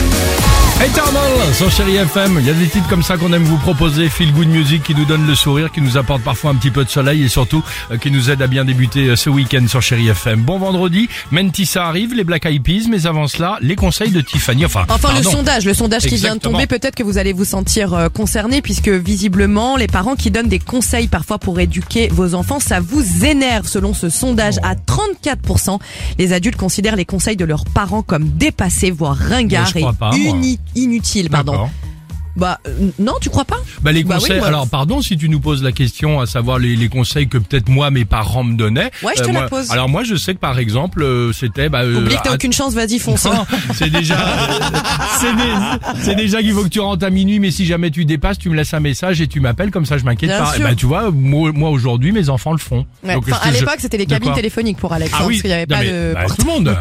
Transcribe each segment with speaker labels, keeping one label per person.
Speaker 1: Eternal sur Chéri FM. Il y a des titres comme ça qu'on aime vous proposer. Feel Good Music qui nous donne le sourire, qui nous apporte parfois un petit peu de soleil et surtout euh, qui nous aide à bien débuter euh, ce week-end sur Chéri FM. Bon vendredi, Mentissa arrive, les Black Eyed Peas, mais avant cela, les conseils de Tiffany. Enfin,
Speaker 2: Enfin, le
Speaker 1: pardon.
Speaker 2: sondage, le sondage qui vient de
Speaker 1: Exactement.
Speaker 2: tomber, peut-être que vous allez vous sentir euh, concerné puisque visiblement, les parents qui donnent des conseils parfois pour éduquer vos enfants, ça vous énerve. Selon ce sondage, à 34%, les adultes considèrent les conseils de leurs parents comme dépassés, voire ringards
Speaker 1: Mais je crois
Speaker 2: et
Speaker 1: pas, moi.
Speaker 2: uni- inutiles. Pardon.
Speaker 1: D'accord.
Speaker 2: Bah, euh, non, tu crois pas
Speaker 1: Bah, les
Speaker 2: Bah oui,
Speaker 1: conseils,
Speaker 2: moi.
Speaker 1: alors pardon si tu nous poses la question, à savoir les, les conseils que peut-être moi mes parents me donnaient. Euh,
Speaker 2: Ouais, je te la
Speaker 1: moi-
Speaker 2: pose.
Speaker 1: Alors moi je sais que par exemple euh, c'était bah, euh,
Speaker 2: Oublie que t'as
Speaker 1: att-
Speaker 2: aucune chance, vas-y, fonce.
Speaker 1: Non, c'est déjà, c'est dé- c'est déjà qu'il faut que tu rentres à minuit, mais si jamais tu dépasses, tu me laisses un message et tu m'appelles, comme ça je m'inquiète
Speaker 2: Bien
Speaker 1: pas. Eh
Speaker 2: sûr.
Speaker 1: ben, tu vois, moi, moi, aujourd'hui, mes enfants le font.
Speaker 2: Ouais.
Speaker 1: Donc,
Speaker 2: Enfin,
Speaker 1: je-
Speaker 2: à
Speaker 1: je-
Speaker 2: l'époque, c'était les
Speaker 1: De
Speaker 2: cabines
Speaker 1: quoi
Speaker 2: téléphoniques pour Alex, hein,
Speaker 1: Ah oui,
Speaker 2: parce qu'il n'y avait
Speaker 1: Non,
Speaker 2: pas
Speaker 1: mais,
Speaker 2: de...
Speaker 1: bah, tout le monde.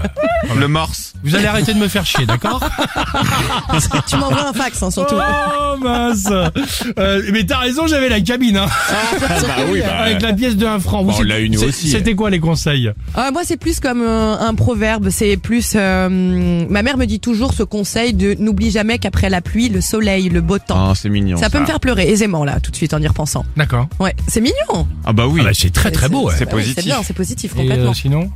Speaker 3: Le morse.
Speaker 1: Vous allez arrêter de me faire chier, d'accord
Speaker 2: tu m'envoies un fax, hein, surtout.
Speaker 1: Oh mince Euh, Mais t'as raison, j'avais la cabine, hein,
Speaker 3: oui, bah,
Speaker 1: avec la pièce de 1 franc.
Speaker 3: Bah,
Speaker 1: Vous,
Speaker 3: on
Speaker 1: c'est-
Speaker 3: l'a eu, nous
Speaker 1: c'est-
Speaker 3: aussi. hein.
Speaker 1: C'était quoi les conseils
Speaker 2: Euh, moi, c'est plus comme euh, un proverbe. C'est plus. euh, ma mère me dit toujours ce conseil de n'oublie jamais qu'après la pluie, le soleil, le beau temps.
Speaker 4: Ah, c'est mignon.
Speaker 2: ça peut me faire pleurer aisément là, tout de suite en y repensant.
Speaker 1: D'accord.
Speaker 2: Ouais, c'est mignon.
Speaker 4: Ah bah oui.
Speaker 1: Ah bah, c'est très très beau. ouais.
Speaker 4: c'est
Speaker 2: bah oui,
Speaker 4: positif.
Speaker 2: C'est bien, c'est positif
Speaker 1: Et
Speaker 2: complètement.
Speaker 1: euh, sinon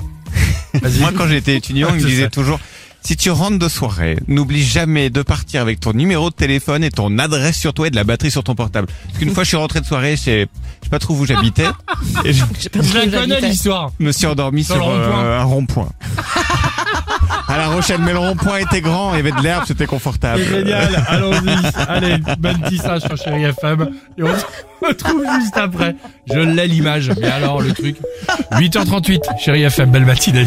Speaker 4: Moi, quand j'étais étudiant,
Speaker 1: Ouais,
Speaker 4: il me
Speaker 1: c'est
Speaker 4: disait
Speaker 1: ça.
Speaker 4: toujours si tu rentres de soirée, n'oublie jamais de partir avec ton numéro de téléphone et ton adresse sur toi et de la batterie sur ton portable. Parce qu'une fois, je suis rentré de soirée, chez, je sais pas trop où j'habitais, et je
Speaker 2: J'ai pas
Speaker 1: Je
Speaker 2: trouvé
Speaker 1: la
Speaker 2: où
Speaker 1: connais
Speaker 2: j'habitais.
Speaker 1: l'histoire.
Speaker 4: me suis endormi
Speaker 1: Dans
Speaker 4: sur
Speaker 1: le rond-point.
Speaker 4: euh, un rond-point. à La Rochelle, mais le rond-point était grand, il y avait de l'herbe, c'était confortable.
Speaker 1: C'est génial, allons-y. Allez, bonne tissage sur Chéri FM. Et on se retrouve juste après. Je l'ai l'image, mais alors le truc. 8h38, Chéri FM, belle matinée.